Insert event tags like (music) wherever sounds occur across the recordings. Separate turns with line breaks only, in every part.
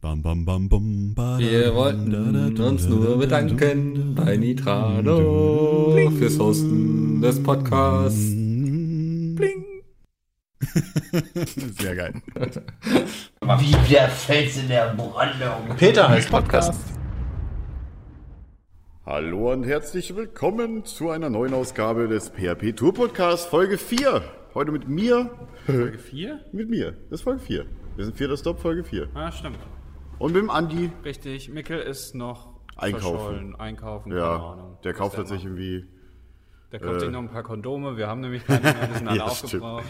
Bam, bam, bam, bam, ba,
Wir
da,
wollten
da, da,
uns
da, da,
nur bedanken bei Nitrado fürs Hosten des Podcasts.
Bling. Sehr geil.
Wie der Fels in der Brandung.
Peter heißt Podcast.
Hallo und herzlich willkommen zu einer neuen Ausgabe des PHP Tour Podcast, Folge 4. Heute mit mir.
Folge 4?
Mit mir. Das ist Folge 4. Wir sind vierter Stop, Folge 4.
Ah, stimmt.
Und mit dem Andi.
Richtig. Mikkel ist noch
Einkaufen.
verschollen. Einkaufen, keine
Ja,
Ahnung.
der kauft
Was der
tatsächlich irgendwie.
macht. Der kauft sich noch ein paar Kondome. Wir haben nämlich keine mehr. Die sind
(laughs)
alle
Ja, stimmt.
aufgebraucht.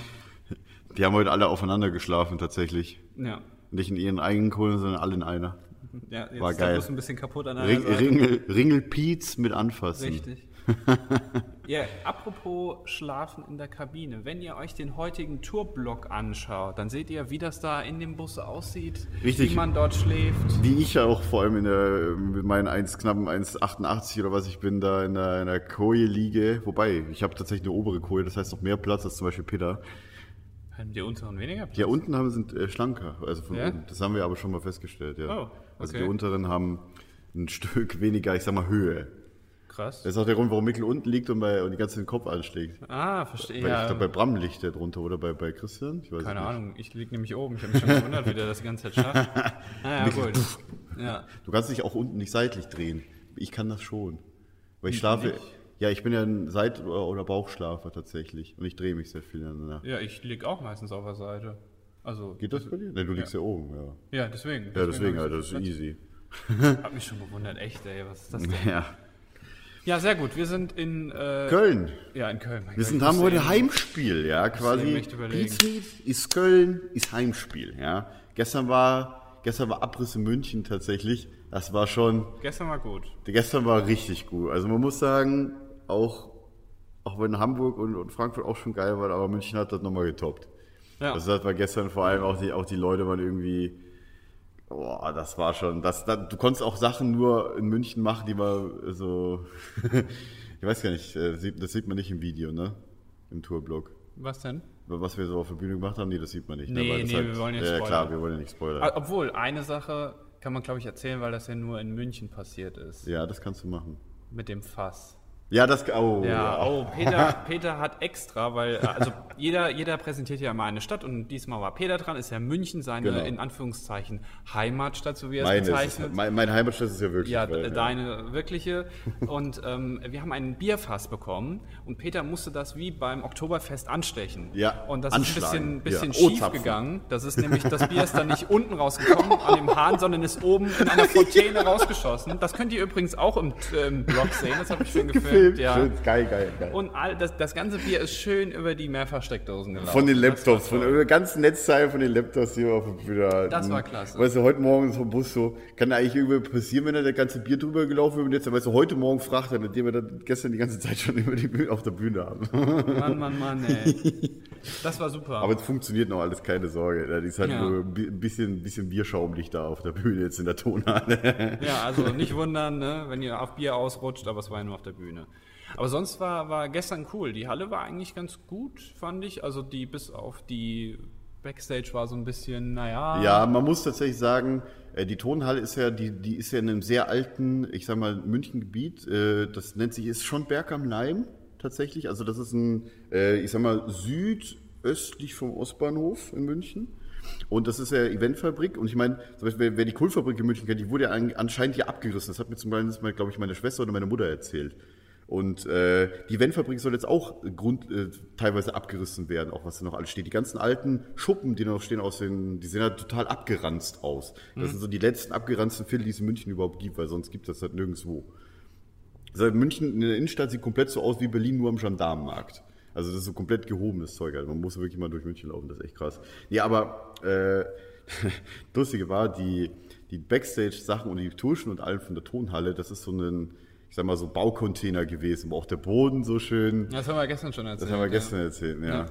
Die haben heute alle aufeinander geschlafen, tatsächlich.
Ja.
Nicht in ihren eigenen Kohlen, sondern alle in einer.
ja jetzt
War
ist der
geil.
Bus ein bisschen kaputt an der
Ring, Ringel, Ringelpiez mit anfassen.
also-
(laughs)
Richtig. ja, apropos Schlafen in der Kabine. Wenn ihr euch den heutigen Tourblock anschaut, dann seht ihr, wie das da in dem Bus aussieht,
Richtig.
wie man dort schläft.
Die ich ja auch vor allem in der, mit meinen 1, knappen 1,88 oder was ich bin, da in der, in der Koje liege. Wobei, ich habe tatsächlich eine obere Koje, das heißt noch mehr Platz als zum Beispiel Peter.
Haben die unteren weniger Platz?
Die ja unten haben sind äh, schlanker, also von
Ja?
oben. Das haben wir aber schon mal festgestellt, ja.
Oh,
Also
okay.
die unteren haben ein Stück (laughs) weniger, ich sag mal, Höhe.
Krass.
Das ist auch der Grund, warum Mikkel unten liegt und, bei, und die ganze den Kopf anschlägt.
Ah, verstehe.
Weil
Ja.
ich glaube, bei Bram liegt der drunter oder bei, bei Christian? Ich weiß
Keine
es nicht.
Ahnung, ich lieg nämlich oben. Ich habe mich schon gewundert, wie der das die ganze
(laughs)
Zeit schafft. Naja, gut. Ja.
Du kannst dich auch unten nicht seitlich drehen. Ich kann das schon. Weil ich schlafe. Ja, ich bin ja ein Seit- oder Bauchschlafer tatsächlich. Und ich drehe mich sehr viel danach.
ja, ich lieg auch meistens auf der Seite. Also,
Geht das bei dir? Nein, du liegst ja, oben, ja.
ja, deswegen.
Ja, deswegen,
hab
Alter,
ich
das ist easy. Mhm.
Ich habe mich schon gewundert, echt, ey, was ist das denn?
Ja.
Ja, sehr gut, wir sind in... Äh,
Köln.
Ja, in Köln. Mein
Wir
Gott,
sind,
ich
haben
muss
heute
sehen.
Heimspiel, ja, quasi.
eben echt überlegen.
Beatsmeet ist Köln, ist Heimspiel, ja. Gestern war, gestern war Abriss in München tatsächlich. Das war schon,
Gestern war gut.
gestern war richtig gut. Also man muss sagen, auch, auch wenn Hamburg und, und Frankfurt auch schon geil waren, aber München hat das nochmal getoppt.
Ja,
Also das war gestern vor allem auch die, auch die Leute waren irgendwie, boah, das war schon, das, das, du konntest auch Sachen nur in München machen, die war so, (laughs) ich weiß gar nicht, äh, sieht- das sieht man nicht im Video, ne? Im Tourblog.
was denn?
Was wir so auf der Bühne gemacht haben, nee, das sieht man nicht.
Nee,
ne? Weil das
nee, wir wollen ja
Ja,
spoilern.
klar, wir wollen ja nicht spoilern.
Ah, Obwohl, eine Sache kann man, glaube ich, erzählen, weil das ja nur in München passiert ist.
Ja, das kannst du machen.
Mit dem Fass.
Ja, das, oh,
Ja, oh,
(laughs)
Peter, Peter hat extra, weil also jeder, jeder präsentiert ja immer eine Stadt und diesmal war Peter dran, ist ja München seine
Genau.
in Anführungszeichen Heimatstadt, so wie er es
Meine, ist,
bezeichnet.
mein, mein Heimatstadt ist ja wirklich.
ja,
weil,
de- deine wirkliche. Und ähm, wir haben einen Bierfass bekommen und Peter musste das wie beim Oktoberfest anstechen.
Ja,
Und das ist
anschlagen.
ein bisschen, bisschen
Ja,
schief
O-Zapfen.
gegangen. Das ist nämlich, das Bier ist dann nicht unten rausgekommen an dem Hahn, sondern ist oben in einer Fontäne rausgeschossen. Das könnt ihr übrigens auch im, äh, im Blog sehen, das habe ich schön gefilmt.
Gefilmt,
ja.
schön, geil, geil, geil.
Und all, das, das ganze Bier ist schön über die Mehrfachsteckdosen gelaufen.
Von den Laptops, von dem ganzen Netzteil von den Laptops hier auf dem wieder.
Das war klasse.
Weißt du, heute Morgen so ein Bus so, kann da eigentlich irgendwie passieren, wenn da der ganze Bier drüber gelaufen wird und jetzt, weißt du, heute Morgen fragt er, mit dem wir dann gestern die ganze Zeit schon über die Bühne, auf der Bühne haben.
Mann, Mann, Mann, ey.
(laughs)
Das war super.
Aber es funktioniert noch alles, keine Sorge. Da ist halt
Ja.
nur ein bi- ein bisschen, bisschen Bierschaum liegt da auf der Bühne jetzt in der Tonhalle.
ja, also nicht wundern, ne, wenn ihr auf Bier ausrutscht, aber es war ja nur auf der Bühne. Aber sonst war, war gestern cool. Die Halle war eigentlich ganz gut, fand ich. Also die bis auf die Backstage war so ein bisschen, naja.
Ja, man muss tatsächlich sagen, äh, die Tonhalle ist ja, die, die ist ja in einem sehr alten, ich sag mal, Münchengebiet. äh, Das nennt sich, ist schon Berg am Leim tatsächlich. Also das ist ein, äh, ich sag mal, südöstlich vom Ostbahnhof in München. Und das ist ja Eventfabrik. Und ich meine, zum Beispiel, wer- wer die Kohlfabrik in München kennt, die wurde ja an- anscheinend hier abgerissen. Das hat mir zum Beispiel, glaube ich, meine Schwester oder meine Mutter erzählt. Und äh, die Wennfabrik soll jetzt auch grund, äh, teilweise abgerissen werden, auch was da noch alles steht. Die ganzen alten Schuppen, die noch stehen, aus den, die sehen halt total abgeranzt aus. Das sind so die letzten abgeranzten Viertel, die es in München überhaupt gibt, weil sonst gibt es das halt nirgendwo. Also München in der Innenstadt sieht komplett so aus wie Berlin nur am Gendarmenmarkt. Also das ist so komplett gehobenes Zeug. Also man muss wirklich mal durch München laufen, das ist echt krass. Ja, aber äh, (laughs) lustige war, die, die Backstage-Sachen und die Tuschen und allem von der Tonhalle, das ist so ein, ich sag mal so Baucontainer gewesen, wo auch der Boden so schön,
Das haben wir gestern schon erzählt.
das haben wir gestern erzählt, ja.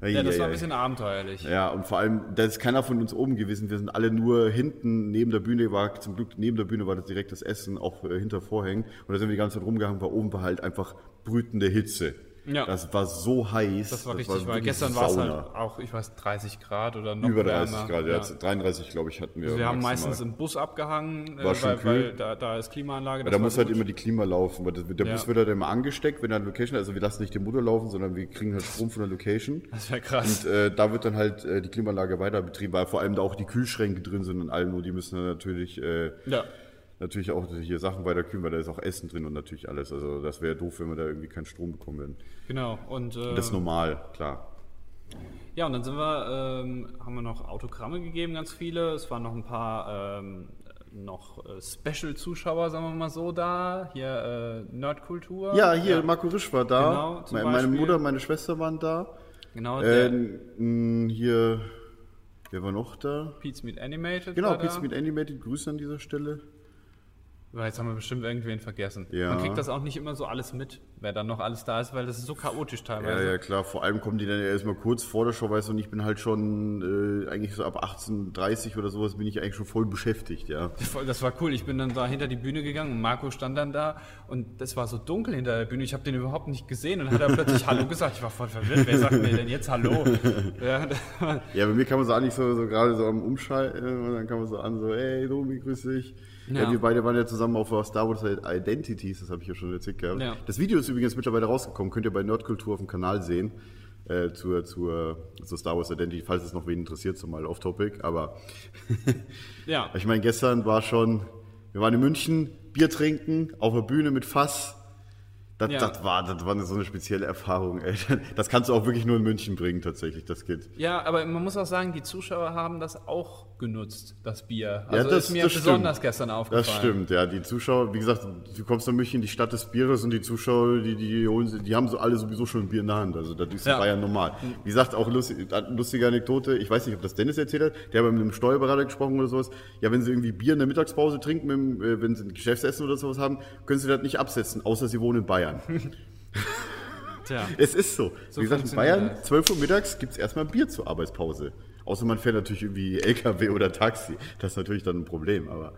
Ja, ja das war
Eieiei.
ein bisschen abenteuerlich.
Ja, und vor allem, da ist keiner von uns oben gewesen. Wir sind alle nur hinten neben der Bühne, war zum Glück neben der Bühne war das direkt das Essen, auch äh, hinter Vorhängen. Und da sind wir die ganze Zeit rumgehangen, weil oben war halt einfach brütende Hitze.
Ja.
Das war so heiß.
Das war richtig, weil
wirklich
gestern halt war es halt
Sauna.
auch, ich weiß, 30 Grad oder noch
Über
wärmer.
30 Grad, ja. 33, glaube ich, hatten wir.
Also Wir haben
maximal.
meistens im Bus abgehangen, äh,
War schon
weil,
kühl.
weil da, da ist Klimaanlage.
Ja,
das
da
war
muss halt
gut.
immer die Klima laufen, weil der, der
Ja.
Bus wird halt immer angesteckt, wenn er eine Location, also wir lassen nicht den Motor laufen, sondern wir kriegen halt Strom von der Location.
(laughs) Das wäre krass.
Und äh, da wird dann halt äh, die Klimaanlage weiter betrieben, weil vor allem da auch die Kühlschränke drin sind und allem und die müssen dann natürlich, äh,
ja.
natürlich auch hier Sachen weiter kühlen, weil da ist auch Essen drin und natürlich alles. Also das wäre doof, wenn wir da irgendwie keinen Strom bekommen würden.
Genau. Und, äh,
Das ist normal, klar.
Ja, und dann sind wir, ähm, haben wir noch Autogramme gegeben, ganz viele. Es waren noch ein paar ähm, noch äh, Special-Zuschauer, sagen wir mal so, da. Hier äh, Nerdkultur.
Ja, hier, Marco Risch war da.
Genau, zum
meine, meine
Beispiel.
Mutter, meine Schwester waren da.
Genau,
äh,
der
Ähm, mh, hier, wer war noch da?
Pete's Meet Animated.
Genau,
war da.
Pizza mit Animated, Grüße an dieser Stelle.
Weil jetzt haben wir bestimmt irgendwen vergessen.
Ja.
Man kriegt das auch nicht immer so alles mit, wer dann noch alles da ist, weil das ist so chaotisch
Ja,
teilweise.
ja, klar. Vor allem kommen die dann ja erstmal kurz vor der Show, weißt du, und ich bin halt schon äh, eigentlich so ab 18.30 oder sowas bin ich eigentlich schon voll beschäftigt, ja.
Voll, Das war cool. Ich bin dann da hinter die Bühne gegangen und Marco stand dann da und es war so dunkel hinter der Bühne. Ich habe den überhaupt nicht gesehen und hat er plötzlich Hallo gesagt. Ich war voll verwirrt. Wer sagt mir denn jetzt
(laughs)
Hallo? Ja, da-
Ja, bei mir kann man so an, ich so, so gerade so am Umschalten ne, und dann kann man so an, so, ey, Domi, grüß dich. Ja.
Ja.
wir beide waren ja zusammen auf Star Wars Identities, das habe ich ja schon erzählt gehabt.
Ja.
Das Video ist übrigens mittlerweile rausgekommen, könnt ihr bei Nerdkultur auf dem Kanal sehen. Äh, zur, zur, zur Star Wars Identity, falls es noch wen interessiert, so mal off-topic, aber
ja.
Ich meine, gestern war schon, wir waren in München, Bier trinken, auf der Bühne mit Fass. Das,
Ja.
das, war, das war so eine spezielle Erfahrung. Ey. Das kannst du auch wirklich nur in München bringen, tatsächlich, das geht.
ja, aber man muss auch sagen, die Zuschauer haben das auch genutzt, das Bier.
Ja,
Also
das-
ist mir
das
besonders
stimmt.
gestern aufgefallen.
Das stimmt, ja. Die Zuschauer, wie gesagt, du kommst nach München, die Stadt des Bieres und die Zuschauer, die, die, holen, sie- die haben so alle sowieso schon ein Bier in der Hand. Also das ist
Ja.
ja. Bayern normal. Wie gesagt, auch lustig, lustige Anekdote, ich weiß nicht, ob das Dennis erzählt hat, der hat mit einem Steuerberater gesprochen oder sowas. Ja, wenn sie irgendwie Bier in der Mittagspause trinken, mit, dem, äh, wenn sie ein Geschäftsessen oder sowas haben, können sie das nicht absetzen, außer sie wohnen in Bayern.
(laughs) Tja.
Es ist so.
So
Wie gesagt, in
funktioniert
Bayern,
das.
12 Uhr mittags gibt es erstmal Bier zur Arbeitspause. Außer man fährt natürlich irgendwie LKW oder Taxi. Das ist natürlich dann ein Problem. Aber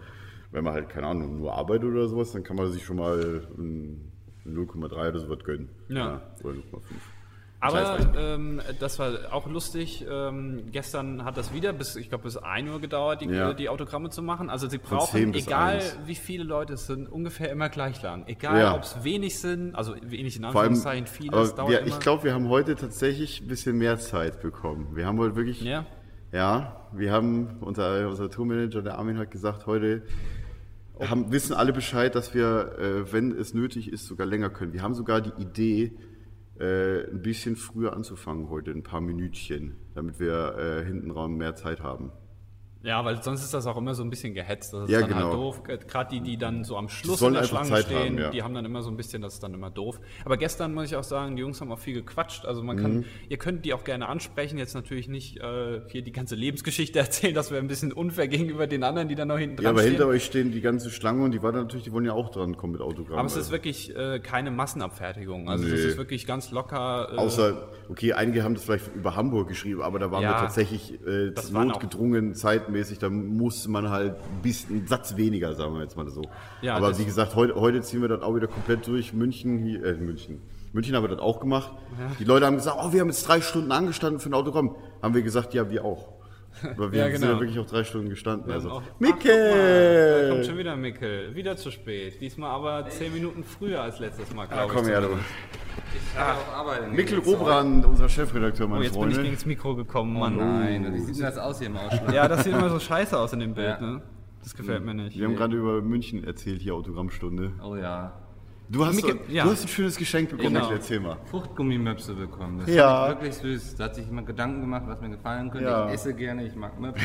wenn man halt, keine Ahnung, nur arbeitet oder sowas, dann kann man sich schon mal ein 0,3 oder sowas gönnen.
Ja. Also
oder 0,5.
Aber
Das heißt,
ähm, das war auch lustig. Ähm, gestern hat das wieder bis, ich glaube, bis 1 Uhr gedauert, die,
Ja.
die Autogramme zu machen. Also sie
10
brauchen,
bis
egal
1.
wie viele Leute es sind, ungefähr immer gleich lang. Egal,
Ja.
ob es wenig sind, also wenig in
Vor allem,
Anführungszeichen, viele, es
aber
dauert
wir,
immer.
ich glaube, wir haben heute tatsächlich ein bisschen mehr Zeit bekommen. Wir haben heute wirklich,
ja.
Ja, wir haben, unser, unser Tourmanager, der Armin, hat gesagt, heute haben, wissen alle Bescheid, dass wir, äh, wenn es nötig ist, sogar länger können. Wir haben sogar die Idee, äh, ein bisschen früher anzufangen heute, ein paar Minütchen, damit wir äh, hinten raum mehr Zeit haben.
ja, weil sonst ist das auch immer so ein bisschen gehetzt. Das ist
Ja,
dann halt
genau.
doof. Gerade die, die dann so am Schluss
sollen
in der
einfach
Schlange
Zeit
stehen,
haben, ja.
die haben dann immer so ein bisschen, das ist dann immer doof. Aber gestern muss ich auch sagen, die Jungs haben auch viel gequatscht. Also man
Mhm.
kann, ihr könnt die auch gerne ansprechen, jetzt natürlich nicht äh, hier die ganze Lebensgeschichte (laughs) erzählen, das wäre ein bisschen unfair gegenüber den anderen, die dann noch hinten dran
ja, aber
stehen.
hinter euch stehen die ganze Schlange und die waren natürlich, die wollen ja auch dran kommen mit Autogramm.
aber es ist
also.
wirklich äh, keine Massenabfertigung. Also das
Nee.
ist wirklich ganz locker. Äh,
Außer, okay, einige haben das vielleicht über Hamburg geschrieben, aber da waren
Ja,
wir tatsächlich äh,
das waren auch-
notgedrungen, zeitmäßig, da musste man halt ein bisschen einen Satz weniger, sagen wir jetzt mal so.
Ja,
aber
das-
wie gesagt, heute, heute ziehen wir das auch wieder komplett durch. München, hier- äh, München. München haben wir das auch gemacht. Die Leute haben gesagt, oh, wir haben jetzt drei Stunden angestanden für ein Autogramm. Haben wir gesagt, ja, wir auch. Aber wir
Ja,
sind
genau.
ja wirklich auch drei Stunden gestanden.
dann
Also,
auch- Ach, guck mal, Da kommt
Micke!
schon wieder Mickel. Wieder zu spät. Diesmal aber zehn Minuten früher als letztes Mal, glaube
Ah,
ich.
komm her, du.
Ich kann auch arbeiten.
Mickel
gehen, sorry.
Robran, unser Chefredakteur,
Oh,
meine
jetzt bin ich gegen
Freunde.
das Mikro gekommen, Mann.
Nein, wie sieht denn das aus hier im Ausschlag?
Ja, das sieht immer so scheiße aus in dem Bild,
Ja.
ne? Das gefällt mir nicht.
Wir haben gerade über München erzählt, hier Autogrammstunde.
Oh ja.
Du hast,
Micke,
so,
ja.
du hast ein schönes Geschenk bekommen,
Genau.
Mickel, erzähl mal.
Fruchtgummimöpse bekommen. Das
Ja.
fand ich wirklich süß. Da hat sich jemand Gedanken gemacht, was mir gefallen könnte.
Ja.
Ich esse gerne, ich mag
(laughs)
Möpse.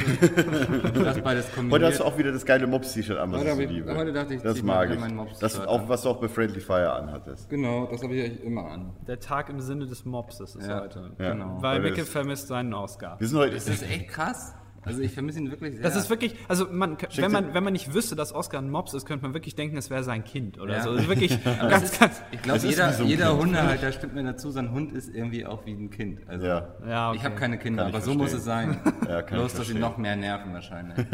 das beides kombiniert.
Heute hast du auch wieder das geile Mops-T-Shirt an, was
Heute
ich
hab
so
ich-
liebe.
heute dachte ich,
das
zieh mal
mag
wieder
ich.
mein Mops-T-Shirt
das auch, was du auch bei Friendly Fire anhattest.
Genau, das habe ich euch immer an.
Der Tag im Sinne des Mobs ist es
Ja,
heute.
Ja.
genau.
Weil
Weil wir
Micke
das-
vermisst seinen Oscar.
Wir sind heute,
Das ist echt krass.
Also ich vermisse ihn wirklich sehr.
Das ist wirklich, also man, wenn man, wenn man nicht wüsste, dass Oscar ein Mops ist, könnte man wirklich denken, es wäre sein Kind oder
Ja.
so. Also wirklich
Aber
ganz,
es ist,
ganz.
ich glaube,
Es ist
jeder,
wie so ein
jeder
Kind.
Hundehalter stimmt mir dazu, sein Hund ist irgendwie auch wie ein Kind. Also,
Ja.
Ja, okay.
Ich habe keine Kinder,
Kann ich
aber so muss es sein.
(laughs) Ja, kann
Bloß, dass
ich
sie
verstehen.
noch mehr nerven
(laughs)
wahrscheinlich.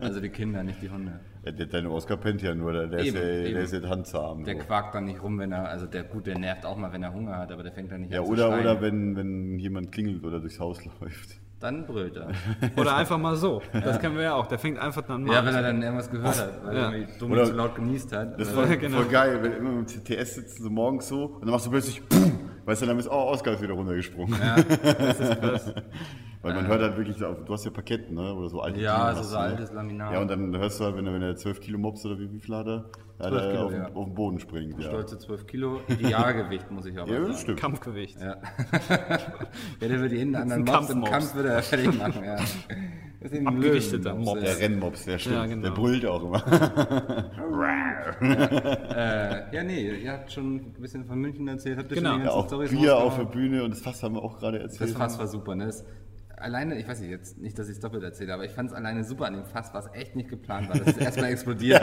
also die Kinder, nicht die Hunde.
Ja, der- Dein Oscar pennt ja nur, der, der,
Eben,
ist, ja,
eben.
der ist ja handzahm.
Der
so.
quakt dann nicht rum, wenn er, also der gut, der nervt auch mal, wenn er Hunger hat, aber der fängt dann nicht
Ja,
an
oder,
zu schreien.
oder wenn, wenn jemand klingelt oder durchs Haus (laughs) läuft.
Dann brüllt
(laughs)
er.
Oder einfach mal so. Das kennen wir ja auch. Der fängt einfach dann mal
ja,
an.
wenn er dann irgendwas gehört hat, weil
Ja.
er irgendwie dumm
Oder-
zu laut genießt hat.
Das
Oder-
war
Ja, genau.
voll geil, wenn immer im TTS sitzen, so morgens so, und dann machst du plötzlich, boom, weißt du, dann ist auch Oscar ist wieder runtergesprungen. (laughs) Weil man hört halt wirklich, so auf- du hast ja Parkett, ne? Oder so alte
Ja,
Dielen
so-
hast
so
du, ne?
altes Laminat.
Ja, und dann hörst du halt, wenn er, wenn er 12 Kilo Mops oder wie wie viel hat er, hat
12 Kilo,
er auf,
ja.
auf den Boden springt. Ja,
stolze 12 Kilo, Idealgewicht, muss ich aber
ja
sagen.
das stimmt.
Kampfgewicht.
Ja, der würde jeden anderen
ein
Mops im
Kampfmops.
Kampf würde er fertig machen,
(laughs)
ja. Das ist eben ein
Abgerichteter
Löwenmops,
Mops.
ja.
Der Rennmops, der stimmt.
Ja, genau.
Der brüllt auch immer.
Ja, nee, ihr habt schon ein bisschen von München erzählt, habt ihr
Genau.
schon die
Ja,
ganzen
auch
Storys
Bier auf der
rausgehauen?
Bühne und das Fass haben wir auch gerade erzählt.
Das
(laughs)
Fass war super, ne? Das, alleine, ich weiß nicht, jetzt nicht, dass ich es doppelt erzähle, aber ich fand es alleine super an dem Fass, was echt nicht geplant war. Das ist erstmal
(laughs)
explodiert.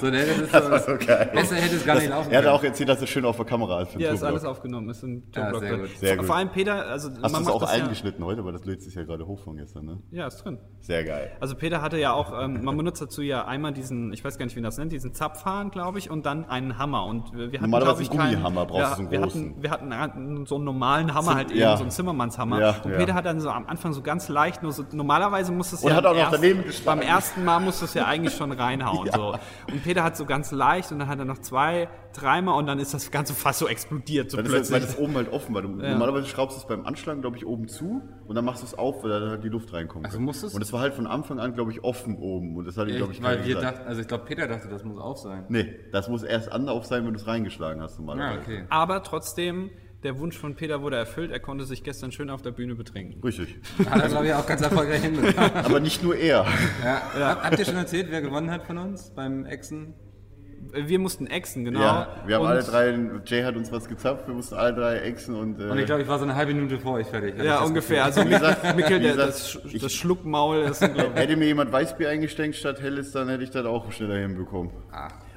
So, ne, das ist so, Besser hätte es gar nicht laufen
er hat
können.
auch erzählt, dass er schön auf der Kamera ist. für den
Ja, ist alles
Tourblock.
aufgenommen. Ist im
Ja,
Tourblock
sehr
drin.
gut.
Sehr
Vor-
gut.
Vor allem Peter, also
Hast du
man
es
macht
auch
das ja,
eingeschnitten heute, weil das lädt sich ja gerade hoch von gestern, ne?
ja, ist drin.
Sehr geil.
Also Peter hatte ja auch, ähm, man benutzt dazu ja einmal diesen, ich weiß gar nicht, wie man das nennt, diesen Zapfhahn, glaube ich, und dann einen Hammer. Und wir wir hatten,
Normalerweise
glaube ich,
einen
keinen...
Gummihammer brauchst du, so einen
wir, wir hatten,
großen.
wir hatten einen- so einen normalen Hammer, halt eben,
ja.
so einen Zimmermannshammer.
Ja,
und
ja.
Peter hat dann so am Anfang so ganz leicht, nur so, normalerweise muss es
Und
ja...
hat auch
im
noch
ersten-
daneben geschlagen.
Beim ersten Mal musst du es ja eigentlich
(laughs)
schon reinhauen. so. Und Peter hat so ganz leicht und dann hat er noch zwei, dreimal und dann ist das ganze Fass so explodiert. So
Dann ist das, weil
plötzlich.
das oben halt offen, weil du normalerweise schraubst du es beim Anschlagen, glaube ich, oben zu und dann machst du es auf, weil da halt die Luft reinkommt.
Also musst du's-
Und es war halt von Anfang an, glaube ich, offen oben und das hat ihm, glaube ich,
Echt, weil
keiner
wir
gesagt.
dachten, also ich glaube, Peter dachte, das muss auf sein.
Nee, das muss erst anlauf sein, wenn du es reingeschlagen hast
Ja,
normalerweise.
Ah, okay.
Aber trotzdem, der Wunsch von Peter wurde erfüllt. Er konnte sich gestern schön auf der Bühne betrinken.
Richtig.
Hat er, glaube ich, auch ganz erfolgreich hinbekommen.
(laughs) Aber nicht
(laughs)
nur er.
ja. Hab- Habt ihr schon erzählt, wer gewonnen hat von uns beim Echsen?
Wir mussten exen, genau.
Ja, wir haben
Und-
alle drei, Jay hat uns was gezapft, wir mussten alle drei Echsen und, äh,
Und ich glaube, ich war so eine halbe Minute vor euch fertig. hatte ich
Ja,
das
ungefähr.
Gefühl.
Also
Wie gesagt,
Mikkel,
wie
der,
gesagt,
das, Sch-
ich-
das Schluckmaul ist ein Glück.
hätte mir jemand Weißbier eingesteckt statt Helles, dann hätte ich das auch schneller hinbekommen.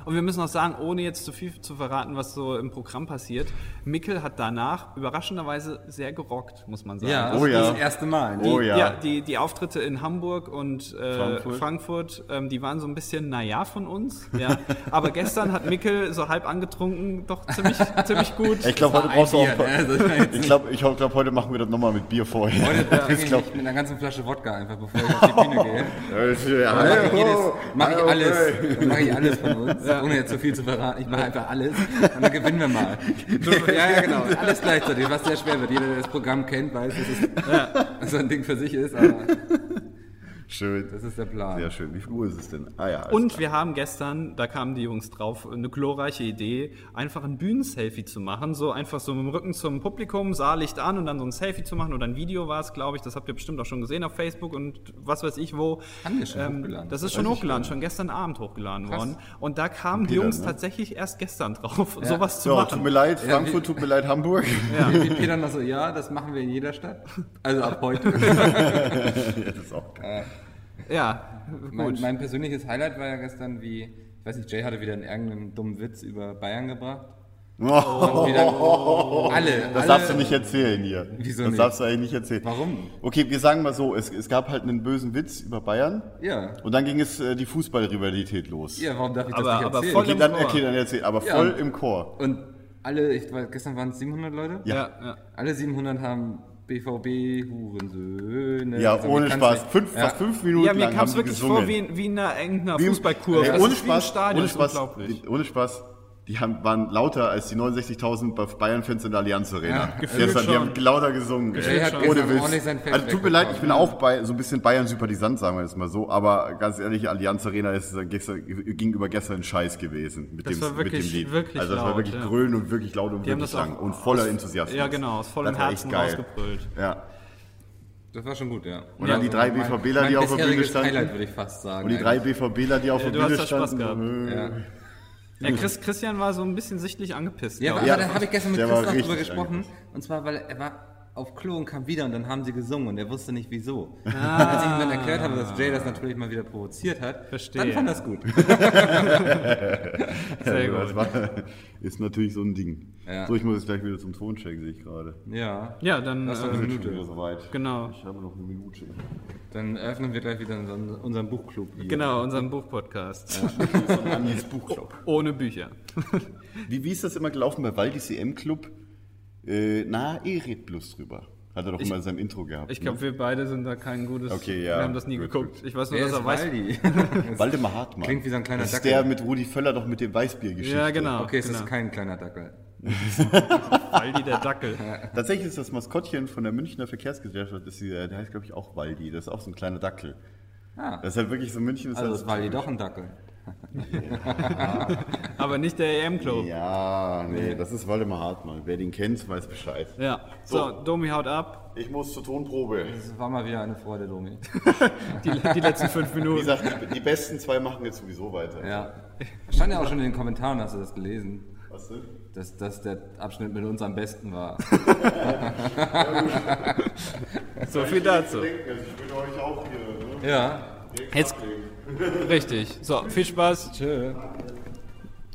Und wir müssen auch sagen, ohne jetzt zu viel zu verraten, was so im Programm passiert, Mikkel hat danach überraschenderweise sehr gerockt, muss man sagen. Also
Ja, das
Oh ja.
ist das erste Mal. Ne?
Oh
Die-
ja.
die, die Auftritte in Hamburg und äh, Frankfurt,
Frankfurt.
ähm, die waren so ein bisschen naja von uns. Ja. Aber gestern hat Mikkel so halb angetrunken doch ziemlich, (laughs) ziemlich gut.
Ich glaube, heute brauchst du auch ein
Bier, ne? Also,
paar, Ich glaube, ich glaub, heute machen wir das nochmal mit Bier vorher.
(laughs) Heute trinke
(laughs) ich
ich
glaub, äh,
mit einer ganzen Flasche Wodka einfach, bevor ich auf die Bühne (laughs) gehe. Dann mache ich,
oh,
jedes, mach ich alles. Dann mache ich alles von uns, ohne jetzt zu viel zu verraten. Ich mache einfach alles und dann gewinnen wir mal. Ja, ja, genau. Alles gleichzeitig, was sehr schwer wird. Jeder, der das Programm kennt, weiß, dass es (laughs) so ein Ding für sich ist, aber
Schön.
das ist der Plan.
Sehr schön. Wie viel Uhr ist es denn? Ah ja. alles
Und wir haben gestern, da kamen die Jungs drauf, eine glorreiche Idee, einfach ein Bühnenselfie zu machen. So einfach so mit dem Rücken zum Publikum, Saallicht an und dann so ein Selfie zu machen oder ein Video war es, glaube ich. Das habt ihr bestimmt auch schon gesehen auf Facebook und was weiß ich wo.
Haben wir schon hochgeladen?
Ähm, Das ist schon
weiß ich
hochgeladen, schon gestern Abend hochgeladen
Krass.
worden. Und da kamen die
Peter,
Jungs
ne?
tatsächlich erst gestern drauf, sowas zu
Ja,
machen.
tut mir leid,
Ja,
Frankfurt, tut mir leid, Hamburg.
Wie Peter noch so, ja, das machen wir in jeder Stadt. Also ab (laughs) heute.
(laughs) das ist auch geil.
Ja,
Mein,
gut.
mein persönliches Highlight war ja gestern, wie, ich weiß nicht, Jay hatte wieder einen irgendeinen dummen Witz über Bayern gebracht.
Oh,
Wieder, alle,
das
alle,
darfst du nicht erzählen hier.
Wieso
das
nicht?
darfst du eigentlich nicht erzählen.
Warum?
Okay, wir sagen mal so, es, es gab halt einen bösen Witz über Bayern
Ja.
und dann ging es äh, die Fußballrivalität los.
Ja, warum darf ich
Aber-
das nicht
aber
erzählen?
voll
Okay,
im
dann,
Chor.
okay, dann erzähl, aber
Ja.
voll im Chor.
Und alle, ich weiß, gestern waren es 700 Leute.
Ja.
ja, ja.
Alle 700 haben BVB, Hurensöhne.
Ja,
Also,
ohne
kannst
Spaß.
nicht-
Fünf,
ja.
Fast fünf Minuten
ja, mir
lang
kam
haben
es
die
wirklich
gesungen.
vor wie, in- wie in einer, irgendeiner
Wie im-
Fußballkurve.
Ey,
Das
ohne
ist wie im
Spaß,
Stadion,
ohne
ist
Spaß,
unglaublich.
ohne Spaß. Die haben, waren lauter als die 69.000 Bayern-Fans in der Allianz Arena.
gefühlt
Gestern, die
schon.
haben lauter gesungen.
Jay hat gestern
ohne
ordentlich
Witz.
sein Feld
Also tut mir leid, ich bin
wegbekommen.
auch bei, so ein bisschen Bayern-Sympathisant, sagen wir jetzt mal so. Aber ganz ehrlich, Allianz Arena ist äh, gestern, gegenüber gestern ein Scheiß gewesen mit,
Das
dem,
war
mit
wirklich-
dem Lied.
wirklich
also das
laut,
war wirklich
ja.
grün und wirklich laut und
haben
wirklich
das auch
lang. Und voller
aus-
Enthusiasmus.
ja, genau, aus vollem
Das war echt
Herzen
geil.
rausgebrüllt.
Ja.
Das war schon gut, ja. also
Und dann die drei
mein-
BVBler, die
mein
auf der Bühne
bisheriges
standen.
Highlight, würde ich fast sagen.
Und die drei BVBler, die auf
Ja,
der
du hast
Bühne
da Spaß
standen. äh,
gehabt.
Ja, Chris, Christian war so ein bisschen sichtlich angepisst.
Mhm. Ja,
glaub
aber
ich.
Ja.
da habe ich gestern mit
Der war
Christoph drüber
richtig
gesprochen.
angepisst.
Und zwar, weil er war auf Klo und kam wieder und dann haben sie gesungen und er wusste nicht wieso. Als ich ihm dann erklärt habe, dass Jay das natürlich mal wieder provoziert hat,
Verstehe.
dann fand das gut.
Sehr
Also, Das
gut.
war, (laughs) ist natürlich so ein Ding.
Genau. Ja.
So, ich muss jetzt gleich wieder zum Ton checken, sehe ich gerade.
Ja,
Ja, dann
Das war eine
ähm,
Schon wieder soweit.
Genau.
Ich habe noch eine Minute.
(laughs) dann öffnen wir gleich wieder unseren, unseren Buchclub hier.
genau unseren Buchpodcast
Von Andis Buchclub.
(laughs) ohne Bücher.
Wie, wie ist das immer gelaufen bei Waldis EM-Club? Äh, na, eh red bloß drüber. Hat er doch immer in seinem Intro gehabt. ne?
Ich
Mhm.
glaube, wir beide sind da kein gutes.
Okay, ja.
Wir haben das nie
Gut,
geguckt. Ich weiß nur,
Wer
dass er
ist
weiß.
Waldi? (laughs)
ne? Waldemar Hartmann.
Klingt wie so ein kleiner
Das ist
Dackel.
der mit Rudi Völler doch mit dem Weißbier-Geschichte.
Ja, genau.
okay, es
genau.
ist kein kleiner Dackel.
Waldi der Dackel.
Tatsächlich ist das Maskottchen von der Münchner Verkehrsgesellschaft, das ist, dieser- der heißt, glaube ich, auch Waldi. Das ist auch so ein kleiner Dackel.
Ah,
Das ist halt wirklich so München. Ist
also
halt
ist Waldi doch ein Dackel.
Aber nicht der EM-Club. Ja.
Ja, nee, das ist Waldemar Hartmann. Wer den kennt, weiß Bescheid.
So, Domi haut ab.
Ich muss zur Tonprobe.
Das war mal wieder eine Freude, Domi.
Die, die letzten fünf
Wie
Minuten.
gesagt, die, die besten zwei machen jetzt sowieso weiter.
Ja. Stand ja auch schon in den Kommentaren, hast du das gelesen,
Weißt du?
dass, dass der Abschnitt mit uns am besten war.
So viel dazu.
Also ich bin euch auch hier. Ne?
Ja.
Jetzt. Richtig. So, viel Spaß.
Tschö.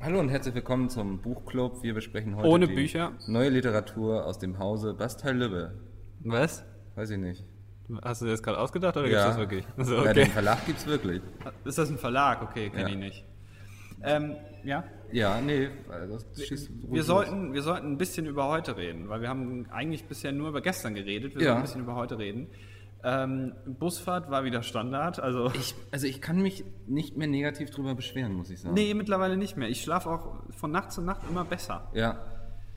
Hallo und herzlich willkommen zum Buchclub. Wir besprechen heute
Ohne
die
Bücher.
neue Literatur aus dem Hause Bastei Lübbe.
Was?
Weiß ich nicht.
Hast du dir das gerade ausgedacht oder gibt's das wirklich? Also,
Ja, den
okay.
Verlag gibt's wirklich.
Ist das ein Verlag? Okay, kenne
Ja.
ich nicht. Ähm, ja.
Ja, nee, also das schießt ruhig
Wir
los.
sollten, wir sollten ein bisschen über heute reden, weil wir haben eigentlich bisher nur über gestern geredet. Wir
Ja.
sollen ein bisschen über heute reden. Ähm, Busfahrt war wieder Standard, also.
Ich, also ich kann mich nicht mehr negativ drüber beschweren, muss ich sagen.
(laughs) Nee, mittlerweile nicht mehr. Ich schlafe auch von Nacht zu Nacht immer besser.
Ja.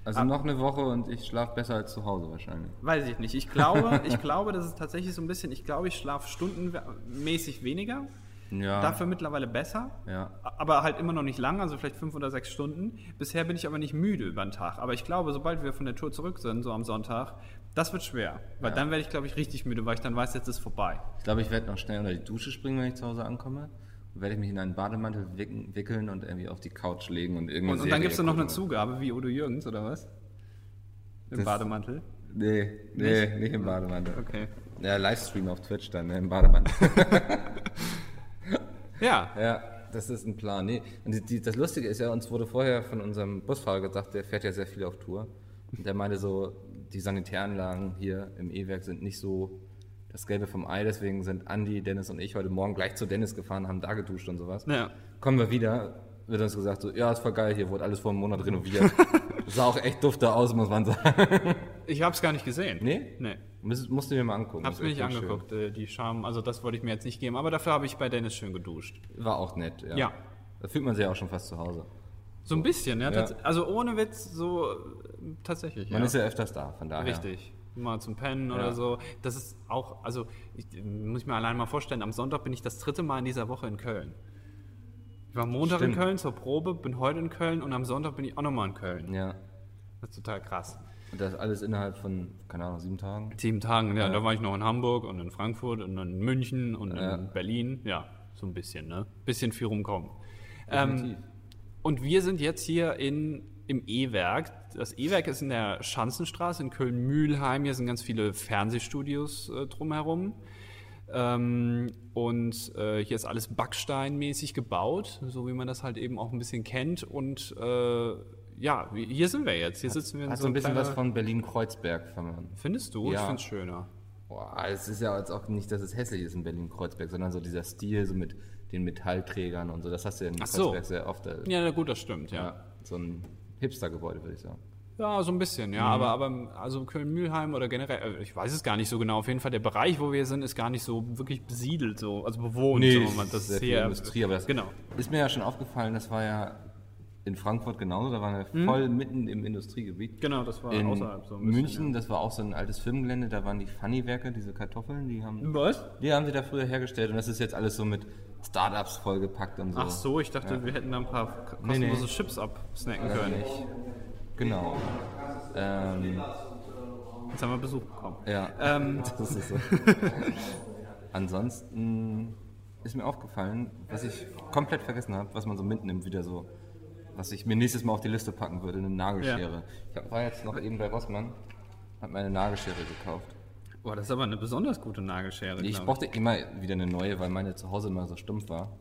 Also
Ah.
noch eine Woche und ich schlafe besser als zu Hause wahrscheinlich.
Weiß ich nicht.
(laughs)
Ich glaube, ich glaube, das ist tatsächlich so ein bisschen, ich glaube, ich schlafe stundenmäßig weniger.
Ja.
Dafür mittlerweile besser.
Ja.
Aber halt immer noch nicht lang, also vielleicht fünf oder sechs Stunden. Bisher bin ich aber nicht müde über den Tag. Aber ich glaube, sobald wir von der Tour zurück sind, so am Sonntag, das wird schwer. Weil
Ja.
dann werde ich, glaube ich, richtig müde, weil ich dann weiß, jetzt ist vorbei.
Ich glaube, ich werde noch schnell unter die Dusche springen, wenn ich zu Hause ankomme. Und werde ich mich in einen Bademantel wicken, wickeln und irgendwie auf die Couch legen und irgendwie.
Und, und dann gibt es noch eine Zugabe, wie Udo Jürgens, oder was? Im
Das-
Bademantel.
Nee, nee, nicht, im Bademantel.
Okay.
Ja, Livestream auf Twitch dann, ne, im Bademantel.
Ja,
(laughs) ja, das ist ein Plan. Nee. Und die, die, das Lustige ist ja, uns wurde vorher von unserem Busfahrer gesagt, der fährt ja sehr viel auf Tour. Und der meinte so, die Sanitäranlagen hier im E-Werk sind nicht so das Gelbe vom Ei, deswegen sind Andi, Dennis und ich heute Morgen gleich zu Dennis gefahren, haben da geduscht und sowas.
Ja.
Kommen wir wieder, wird uns gesagt, so, ja, ist voll geil, hier wurde alles vor einem Monat
(laughs)
renoviert. Sah auch echt dufte aus, muss man sagen.
ich habe es gar nicht gesehen.
Nee?
Nee.
Muss, musst du mir mal angucken.
Hab's
Ist
mir
echt
nicht
schön.
angeguckt, äh, die Scham. Also das wollte ich mir jetzt nicht geben, aber dafür habe ich bei Dennis schön geduscht.
War auch nett, ja.
Ja.
Da fühlt man sich ja auch schon fast zu Hause.
So ein bisschen, ja.
Ja.
tats- Also ohne Witz, so äh, tatsächlich.
Man ist ja öfters da, von daher.
Richtig. Mal zum Pennen oder so. Das ist auch, also ich, muss ich mir allein mal vorstellen, am Sonntag bin ich das dritte Mal in dieser Woche in Köln. Ich war Montag
Stimmt.
in Köln zur Probe, bin heute in Köln und am Sonntag bin ich auch nochmal in Köln.
Ja.
Das ist total krass.
Und das alles innerhalb von, keine Ahnung, sieben Tagen.
Sieben Tagen, ja, da war ich noch in Hamburg und in Frankfurt und in München und in Berlin. Ja, so ein bisschen, ne? Bisschen viel rumkommen. Ähm, und wir sind jetzt hier in, im E-Werk. Das E-Werk ist in der Schanzenstraße in Köln-Mühlheim. Hier sind ganz viele Fernsehstudios äh, drumherum. Ähm, und äh, hier ist alles backsteinmäßig gebaut, so wie man das halt eben auch ein bisschen kennt. Und äh, ja, wie- hier sind wir jetzt. Hier sitzen wir in
Hat so ein bisschen
kleiner-
was von Berlin-Kreuzberg verloren.
Findest du? Ich
Ja.
find's schöner.
Boah, es ist ja jetzt auch nicht, dass es hässlich ist in Berlin-Kreuzberg, sondern so dieser Stil, so mit den Metallträgern und so. Das hast du ja in
Ach so.
Kreuzberg sehr oft. äh,
Ja, na gut, das stimmt, ja.
ja. So ein Hipster-Gebäude, würde ich sagen.
Ja, so ein bisschen,
Mhm.
ja. Aber, aber also Köln-Mülheim oder generell, äh, ich weiß es gar nicht so genau. Auf jeden Fall, der Bereich, wo wir sind, ist gar nicht so wirklich besiedelt, so, also bewohnt.
Nee,
sagen wir
es
mal.
ist
das
sehr
ist
viel
hier.
Industrie, aber das
genau.
ist mir ja schon aufgefallen, das war ja in Frankfurt genauso, da waren
Hm?
wir voll mitten im Industriegebiet.
Genau, das war
in
außerhalb so ein bisschen,
München, das war auch so ein altes Firmengelände, da waren die Funnywerke, diese Kartoffeln, die haben,
Was?
die haben sie da früher hergestellt und das ist jetzt alles so mit Startups vollgepackt und so.
Ach so, ich dachte, wir hätten da ein paar k- kostenlose
nee.
Chips absnacken
Das
können.
nicht. Genau. Ähm,
Jetzt haben wir Besuch bekommen.
ja.
Ähm,
(laughs) Das ist so. Ansonsten ist mir aufgefallen, was ich komplett vergessen habe, was man so mitnimmt, wieder so, was ich mir nächstes Mal auf die Liste packen würde, eine Nagelschere. Ich hab, war jetzt noch eben bei Rossmann Hab mir eine Nagelschere gekauft.
Boah, das ist aber eine besonders gute Nagelschere.
Ich
glaub
brauchte immer wieder eine neue, weil meine zu Hause immer so stumpf war.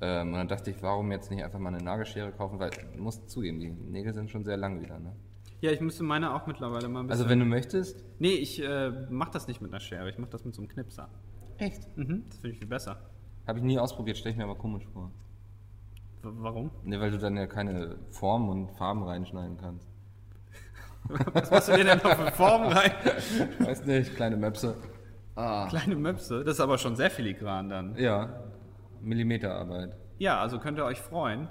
Ähm, und dann dachte ich, warum jetzt nicht einfach mal eine Nagelschere kaufen, weil ich muss zugeben, die Nägel sind schon sehr lang wieder. Ne?
Ja, ich müsste meine auch mittlerweile mal ein bisschen.
Also wenn du möchtest,
nee, ich äh, mach das nicht mit einer Schere, ich mach das mit so einem Knipser. Echt? Mhm, das finde ich viel besser.
habe ich nie ausprobiert, stelle ich mir aber komisch vor.
W warum?
Ne, weil du dann ja keine Formen und Farben reinschneiden kannst.
Was machst du dir denn noch für Formen rein?
Weiß nicht, kleine Möpse.
Kleine Möpse. Das ist aber schon sehr filigran dann.
Ja, Millimeterarbeit.
Ja, also könnt ihr euch freuen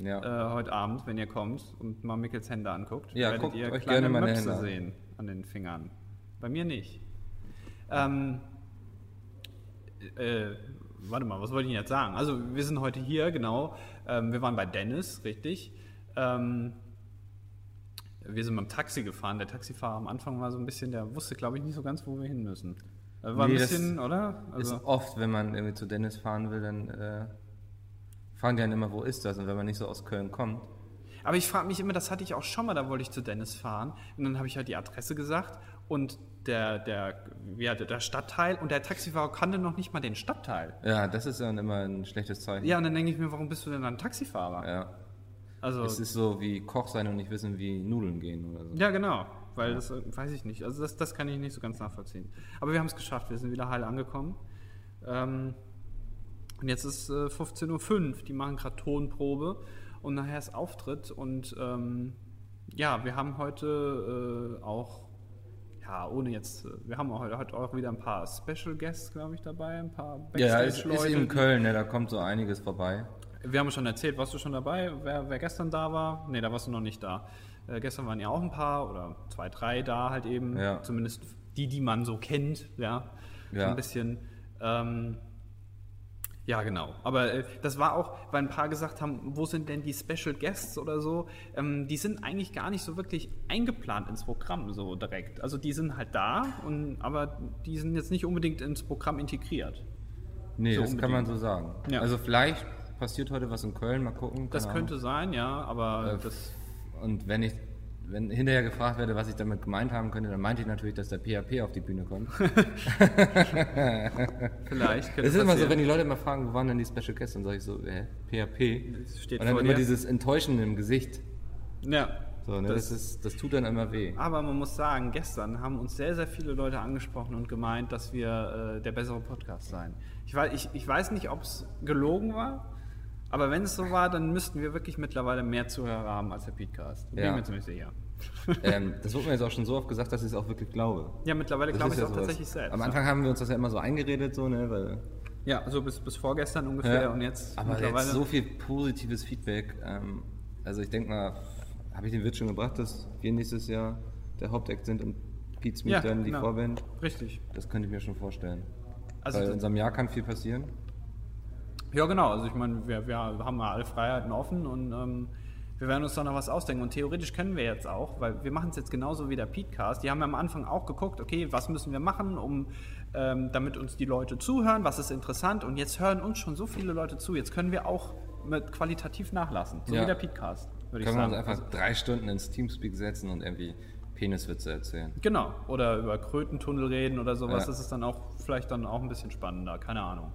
äh,
Ja.
heute Abend, wenn ihr kommt und mal Mickels Hände anguckt.
Ja,
werdet
guckt
ihr
euch gerne
kleine
meine
Möpse
Hände an.
sehen an den Fingern. Bei mir nicht. Ähm, äh, warte mal, was wollte ich denn jetzt sagen? Also, wir sind heute hier, genau. Ähm, wir waren bei Dennis, richtig. Ähm, wir sind mit dem Taxi gefahren. Der Taxifahrer am Anfang war so ein bisschen, der wusste, glaube ich, nicht so ganz, wo wir hin müssen. Äh, War
Nee,
ein
das
bisschen, oder? Also,
Ist oft, wenn man irgendwie zu Dennis fahren will, dann äh, fragen die einen immer, wo ist das? Und wenn man nicht so aus Köln kommt,
Aber ich frage mich immer, das hatte ich auch schon mal, da wollte ich zu Dennis fahren. Und dann habe ich halt die Adresse gesagt und der, der, ja, der- der Stadtteil und der Taxifahrer kannte noch nicht mal den Stadtteil.
ja, das ist dann immer ein schlechtes Zeichen.
Ja, und dann denke ich mir, warum bist du denn dann Taxifahrer?
ja.
Also,
Es ist so wie Koch sein und nicht wissen, wie Nudeln gehen oder so.
ja, genau. Weil das äh, weiß ich nicht. Also, das, das kann ich nicht so ganz nachvollziehen. Aber wir haben es geschafft. Wir sind wieder heil angekommen. Ähm, und jetzt ist äh, 15.05 Uhr. Die machen gerade Tonprobe. Und nachher ist Auftritt. Und ähm, ja, wir haben heute äh, auch ja, ohne jetzt, äh, wir haben auch heute, heute auch wieder ein paar Special Guests, glaube ich, dabei, ein paar
Ja, es ist,
Backstage-Leute,
in
die-
Köln, ne, da kommt so einiges vorbei.
Wir haben schon erzählt, warst du schon dabei? Wer, wer gestern da war? Nee, da warst du noch nicht da. Äh, gestern waren ja auch ein paar oder zwei, drei da halt eben.
Ja.
Zumindest die, die man so kennt, ja. So
Ja.
ein bisschen. Ähm, ja, genau. Aber äh, das war auch, weil ein paar gesagt haben, wo sind denn die Special Guests oder so? Ähm, die sind eigentlich gar nicht so wirklich eingeplant ins Programm so direkt. Also die sind halt da, und, aber die sind jetzt nicht unbedingt ins Programm integriert.
Nee,
So
das kann man so sagen.
Ja.
Also vielleicht passiert heute was in Köln, mal gucken.
Das
keine
könnte sein, ja,
Äh,
aber das...
Ahnung. Und wenn ich wenn hinterher gefragt werde, was ich damit gemeint haben könnte, dann meinte ich natürlich, dass der PHP auf die Bühne (laughs) kommt.
Vielleicht. könnte
Es ist immer so,
passieren.
wenn die Leute immer fragen, wo waren denn die Special Guests, dann sage ich so, hä, PHP?
Das steht
Und dann
vor
immer
dir.
dieses Enttäuschen im Gesicht.
Ja.
So, ne,
das
das, ist, das tut dann immer
(laughs)
weh.
aber man muss sagen, gestern haben uns sehr, sehr viele Leute angesprochen und gemeint, dass wir äh, der bessere Podcast seien. Ich weiß, ich, ich weiß nicht, ob es gelogen war, aber wenn es so war, dann müssten wir wirklich mittlerweile mehr Zuhörer haben als der Podcast. Bin
Ja.
mir ziemlich sicher. (laughs)
ähm, das wurde mir jetzt auch schon so oft gesagt, dass ich es auch wirklich glaube.
Ja, mittlerweile
Das
glaube
ist
ich
ja
auch
sowas.
tatsächlich selbst.
Am
ja.
Anfang haben wir uns das ja immer so eingeredet, so, ne, weil
Ja, so bis, bis vorgestern ungefähr
Ja.
und jetzt
Aber jetzt so viel positives Feedback. Ähm, also ich denke mal, habe ich den Witz schon gebracht, dass wir nächstes Jahr der Hauptakt sind und Pete Smith
Ja,
dann die
genau.
Vorband.
Richtig.
Das könnte ich mir schon vorstellen.
Also
Weil
das-
in unserem Jahr kann viel passieren.
Ja, genau. Also ich meine, wir, wir haben ja alle Freiheiten offen und ähm, wir werden uns da noch was ausdenken. Und theoretisch können wir jetzt auch, weil wir machen es jetzt genauso wie der Podcast. Die haben ja am Anfang auch geguckt, okay, was müssen wir machen, um ähm, damit uns die Leute zuhören, was ist interessant. Und jetzt hören uns schon so viele Leute zu. Jetzt können wir auch mit qualitativ nachlassen, so
Ja.
wie der Podcast, würde ich also
Können wir
sagen.
uns einfach drei Stunden ins Teamspeak setzen und irgendwie Peniswitze erzählen.
Genau. Oder über Krötentunnel reden oder sowas.
Ja.
Das ist dann auch vielleicht dann auch ein bisschen spannender. Keine Ahnung.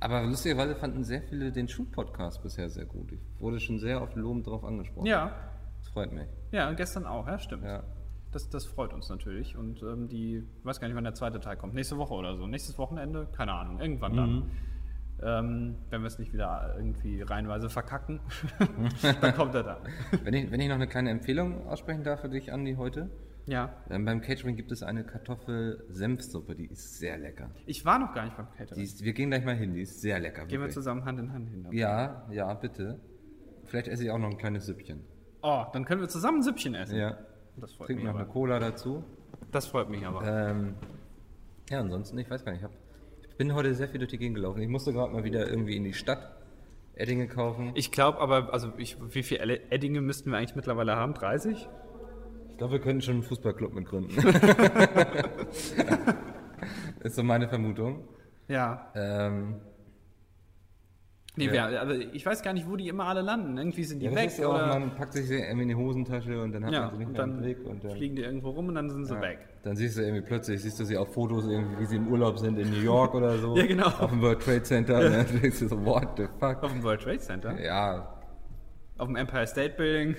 Aber lustigerweise fanden sehr viele den Schuh-Podcast bisher sehr gut. Ich wurde schon sehr oft lobend drauf angesprochen.
Ja,
Das freut mich.
Ja, gestern auch, ja, stimmt.
Ja.
Das, das freut uns natürlich. Und ähm, die, ich weiß gar nicht, wann der zweite Teil kommt. Nächste Woche oder so. Nächstes Wochenende? Keine Ahnung. Irgendwann dann.
Mhm.
Ähm, wenn wir es nicht wieder irgendwie
(laughs)
reihenweise verkacken, dann kommt er da.
Wenn ich, wenn ich noch eine kleine Empfehlung aussprechen darf für dich, Andi, heute.
Ja.
Ähm, beim Catering gibt es eine Kartoffel-Senfsuppe, die ist sehr lecker.
Ich war noch gar nicht beim
Die
Catering.
ist, wir gehen gleich mal hin, die ist sehr lecker.
Gehen wir
wirklich.
zusammen Hand in Hand hin.
Ja, ja, bitte. Vielleicht esse ich auch noch ein kleines Süppchen.
Oh, dann können wir zusammen ein Süppchen essen.
Ja.
Das freut
Trinken
mich
noch eine
aber.
Cola dazu.
Das freut mich aber.
Ähm, ja, ansonsten, ich weiß gar nicht. Ich, hab, ich bin heute sehr viel durch die Gegend gelaufen. Ich musste gerade mal wieder irgendwie in die Stadt Eddinge kaufen.
Ich glaube aber, also ich, wie viele Eddinge müssten wir eigentlich mittlerweile haben? 30?
Ich glaube, wir könnten schon einen Fußballclub mit
(laughs)
gründen. (laughs) ist so meine Vermutung.
Ja.
Ähm,
Nee, wer, also ich weiß gar nicht, wo die immer alle landen. Irgendwie sind die
Ja, das
weg
ist ja auch,
oder
man packt sich sie irgendwie in die Hosentasche und dann hat
ja,
man sie nicht
und
mehr im
dann
Blick. Und dann,
fliegen die irgendwo rum und dann sind sie
ja.
weg.
dann siehst du irgendwie plötzlich, siehst du sie auf Fotos irgendwie, wie sie im Urlaub sind in New York oder so.
(laughs) Ja, genau.
Auf dem World Trade Center. Und dann denkst du so, what the fuck?
Auf dem World Trade Center?
Ja,
Auf dem Empire State
(laughs)
Building?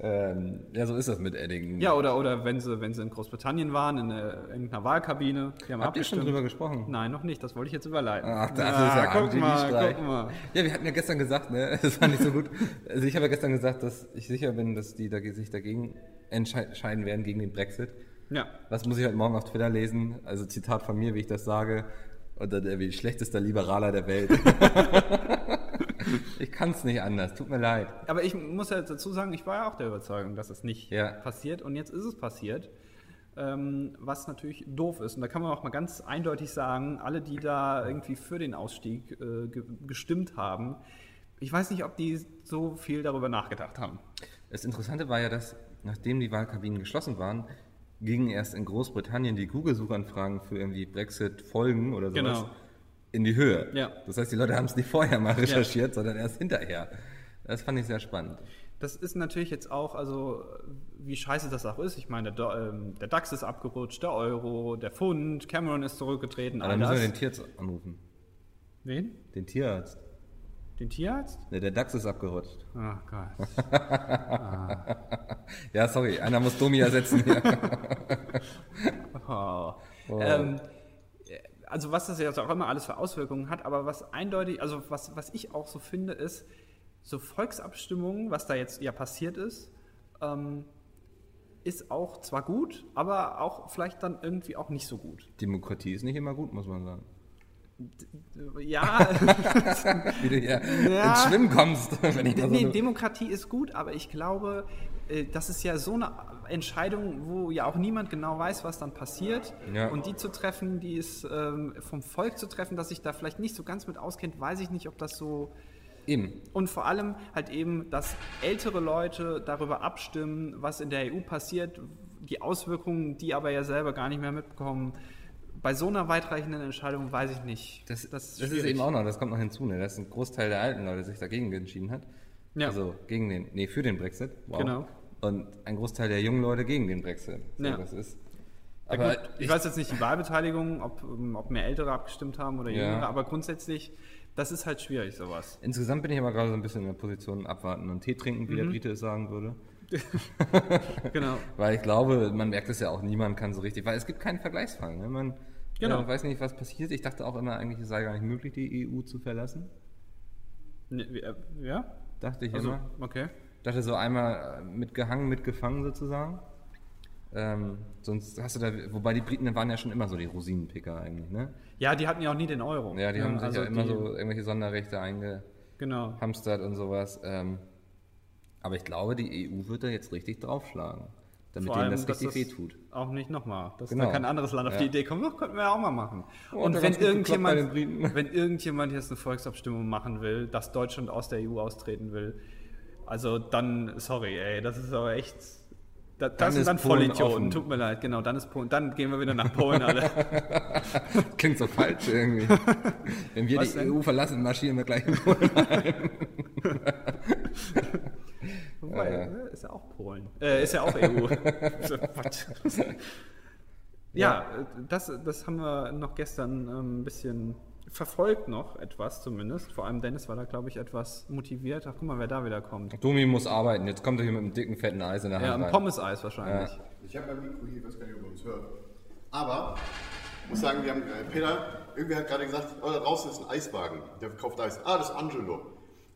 ähm, ja, so ist das mit Eddingen.
ja, oder, oder wenn, sie, wenn sie in Großbritannien waren, in äh, irgendeiner Wahlkabine. Die haben
Habt ihr schon
abgestimmt.
drüber gesprochen?
Nein, noch nicht. Das wollte ich jetzt überleiten.
Ach, das
Ah,
ist ja
guck mal,
Geniestreich.
guck mal.
Ja, wir hatten ja gestern gesagt, ne, (laughs) das war nicht so gut. Also ich habe ja gestern gesagt, dass ich sicher bin, dass die da- sich dagegen entscheiden werden, gegen den Brexit.
Ja.
Was muss ich heute Morgen auf Twitter lesen? Also Zitat von mir, wie ich das sage. Und dann irgendwie schlechtester Liberaler der Welt. (laughs) ich kann es nicht anders, tut mir leid.
Aber ich muss ja dazu sagen, ich war ja auch der Überzeugung, dass es nicht
Ja.
passiert und jetzt ist es passiert. Ähm, was natürlich doof ist. Und da kann man auch mal ganz eindeutig sagen, alle, die da irgendwie für den Ausstieg äh, ge gestimmt haben, ich weiß nicht, ob die so viel darüber nachgedacht haben.
Das Interessante war ja, dass nachdem die Wahlkabinen geschlossen waren, gingen erst in Großbritannien die Google-Suchanfragen für irgendwie Brexit-Folgen oder sowas
Genau.
in die Höhe.
Ja.
Das heißt, die Leute haben es nicht vorher mal recherchiert, sondern erst hinterher. Das fand ich sehr spannend.
Das ist natürlich jetzt auch, also wie scheiße das auch ist. Ich meine, der, Do- ähm, der DAX ist abgerutscht, der Euro, der Pfund, Cameron ist zurückgetreten.
Aber
all
dann müssen wir den
das.
Tierarzt anrufen.
Wen?
Den Tierarzt.
Den Tierarzt?
Ne, der DAX ist abgerutscht.
Ach Gott.
Ja, sorry, einer muss Domi
(laughs)
ersetzen.
Oh. Ähm, also was das jetzt auch immer alles für Auswirkungen hat, aber was eindeutig, also was, was ich auch so finde, ist, so Volksabstimmungen, was da jetzt ja passiert ist, ähm, ist auch zwar gut, aber auch vielleicht dann irgendwie auch nicht so gut.
Demokratie ist nicht immer gut, muss man sagen.
Ja,
Wie du hier
Ja.
ins Schwimmen kommst. (laughs) Wenn ich mal so
nee,
eine-
Demokratie ist gut, aber ich glaube, äh, das ist ja so eine Entscheidung, wo ja auch niemand genau weiß, was dann passiert.
Ja.
Und die zu treffen, die ist ähm, vom Volk zu treffen, dass sich da vielleicht nicht so ganz mit auskennt, weiß ich nicht, ob das so.
Eben.
Und vor allem halt eben, dass ältere Leute darüber abstimmen, was in der EU passiert, die Auswirkungen, die aber ja selber gar nicht mehr mitbekommen. Bei so einer weitreichenden Entscheidung weiß ich nicht.
Das, das, ist,
schwierig.
eben auch noch, das kommt noch hinzu, ne? dass ein Großteil der alten Leute sich dagegen entschieden hat.
Ja.
Also gegen den, nee, für den Brexit. Wow.
Genau.
Und ein Großteil der jungen Leute gegen den Brexit. So,
Ja.
Das ist.
Ja,
Aber
gut, ich,
ich,
weiß jetzt nicht die Wahlbeteiligung, ob, ähm, ob mehr Ältere abgestimmt haben oder
Ja.
Jüngere, aber grundsätzlich, das ist halt schwierig, sowas.
insgesamt bin ich aber gerade so ein bisschen in der Position abwarten und Tee trinken, wie
Mhm.
der Brite es sagen würde.
Genau.
(laughs) Weil ich glaube, man merkt es ja auch, niemand kann so richtig, weil es gibt keinen Vergleichsfall. Ne? Man
Genau.
äh, weiß nicht, was passiert. Ich dachte auch immer, eigentlich es sei gar nicht möglich, die EU zu verlassen.
Ne, wie, äh, ja?
Dachte ich
Also,
immer.
okay.
dachte so einmal äh, mitgehangen, mitgefangen sozusagen. Ähm, sonst hast du da, wobei die Briten waren ja schon immer so die Rosinenpicker eigentlich, ne?
Ja, die hatten ja auch nie den Euro.
Ja, die haben sich
also
ja immer
die-
so irgendwelche Sonderrechte eingehamstert
Genau.
und sowas. Ähm, aber ich glaube, die EU wird da jetzt richtig draufschlagen, damit
Vor
denen
allem,
das
dass
richtig wehtut.
Auch nicht nochmal. Dass
Genau.
da kein anderes Land auf
Ja.
die Idee kommt, das könnten wir ja auch mal machen.
Oh, hat
Und
ja
wenn
ganz gut geklappt bei
irgendjemand,
den Briten.
(laughs) wenn irgendjemand jetzt eine Volksabstimmung machen will, dass Deutschland aus der EU austreten will, also dann, sorry, ey, das ist aber echt. Da, das
ist
sind dann
Polen offen.
Vollidioten, tut mir leid, genau, dann ist Polen. Dann gehen wir wieder nach
(laughs)
Polen alle.
Klingt so falsch
(laughs)
irgendwie. Wenn wir
Was
die
denn?
EU verlassen, marschieren wir gleich.
Wobei, äh, ist ja auch Polen. Äh, ist ja auch EU. (laughs) Was? ja, äh, das, das haben wir noch gestern ähm, ein bisschen verfolgt noch etwas zumindest. Vor allem Dennis war da, glaube ich, etwas motiviert. Ach, guck mal, wer da wieder kommt.
Domi muss arbeiten, jetzt kommt er hier mit einem dicken, fetten Eis in der Hand.
Ja, ein
rein.
Pommes-Eis wahrscheinlich.
Ja.
Ich habe mein Mikro hier, ich weiß gar nicht, ob man uns hört. Aber ich muss sagen, wir haben äh, Peter, irgendwie hat gerade gesagt, oh, da draußen ist ein Eiswagen, der verkauft Eis. Ah, das ist Angelo.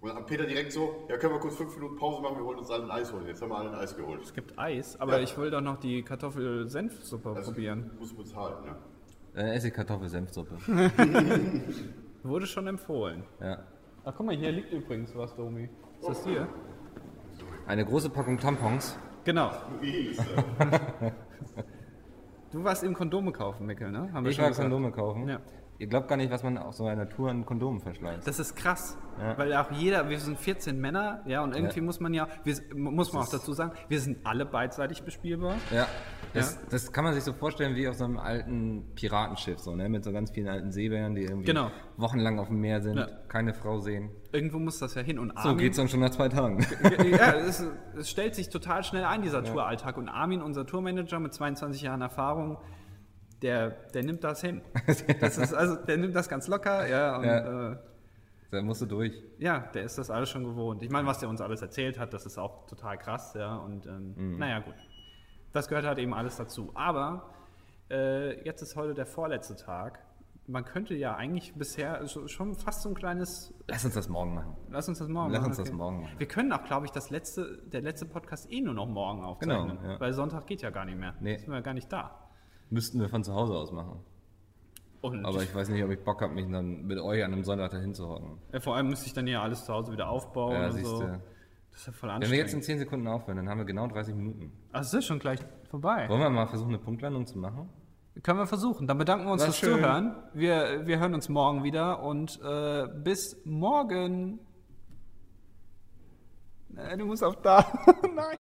Und dann hat Peter direkt so, ja, können wir kurz fünf Minuten Pause machen, wir wollen uns alle ein Eis holen. Jetzt haben wir alle ein Eis geholt.
Es gibt Eis, aber
Ja.
ich will doch noch die Kartoffel-Senfsuppe probieren.
Muss man bezahlen, ja.
Dann Äh, esse ich Kartoffelsenfsuppe.
Wurde schon empfohlen.
ja.
Ach, guck mal, hier liegt übrigens was, Domi. Ist das hier?
Eine große Packung Tampons.
Genau.
Wie ist das?
Du warst eben Kondome kaufen, Mickel, ne? Haben wir
Ich war
gesagt.
Kondome kaufen.
Ja.
Ihr glaubt gar nicht, was man auf so einer Tour an Kondomen verschleißt.
Das ist krass,
Ja.
weil auch jeder, wir sind 14 Männer, ja, und irgendwie
Ja.
muss man ja, wir, muss man auch dazu sagen, wir sind alle beidseitig bespielbar.
Ja, das, das kann man sich so vorstellen wie auf so einem alten Piratenschiff, so, ne? mit so ganz vielen alten Seebären, die irgendwie
Genau.
wochenlang auf dem Meer sind,
Ja.
keine Frau sehen.
Irgendwo muss das ja hin und
So geht's dann schon nach zwei Tagen.
(laughs) ja, es, es stellt sich total schnell ein, dieser Touralltag. Und Armin, unser Tourmanager mit 22 Jahren Erfahrung, der, der nimmt
(laughs)
das hin. Das ist, also, der nimmt das ganz locker, ja, und
Ja.
ja. Äh,
(laughs) da musst du durch.
ja, der ist das alles schon gewohnt. Ich meine, was der uns alles erzählt hat, das ist auch total krass, ja, und
Mhm.
ähm, naja, gut. Das gehört halt eben alles dazu. Aber äh, jetzt ist heute der vorletzte Tag. Man könnte ja eigentlich bisher so- schon fast so ein kleines
Lass uns das morgen machen.
Lass uns das morgen
Lass
machen.
uns das morgen machen.
Wir können auch, glaube ich, das letzte, der letzte Podcast eh nur noch morgen aufzeichnen.
Genau, ja.
Weil Sonntag geht ja gar nicht mehr.
Nee.
Sind wir ja gar nicht da.
Müssten wir von zu Hause aus machen.
Und
Aber ich weiß nicht, ob ich Bock habe, mich dann mit euch an einem Sonntag dahin zu hocken.
äh, vor allem müsste ich dann ja alles zu Hause wieder aufbauen
Ja,
und
siehst
so.
du.
Das ist ja voll
Wenn wir jetzt
anstrengend.
in 10 Sekunden aufhören, dann haben wir genau 30 Minuten.
Ach, es ist schon gleich vorbei.
Wollen wir mal versuchen, eine Punktlandung zu machen?
Können wir versuchen. Dann bedanken wir uns
War
fürs
schön.
Zuhören. Wir, wir hören uns morgen wieder und äh, bis morgen. Äh, du musst auf da. (laughs) Nein.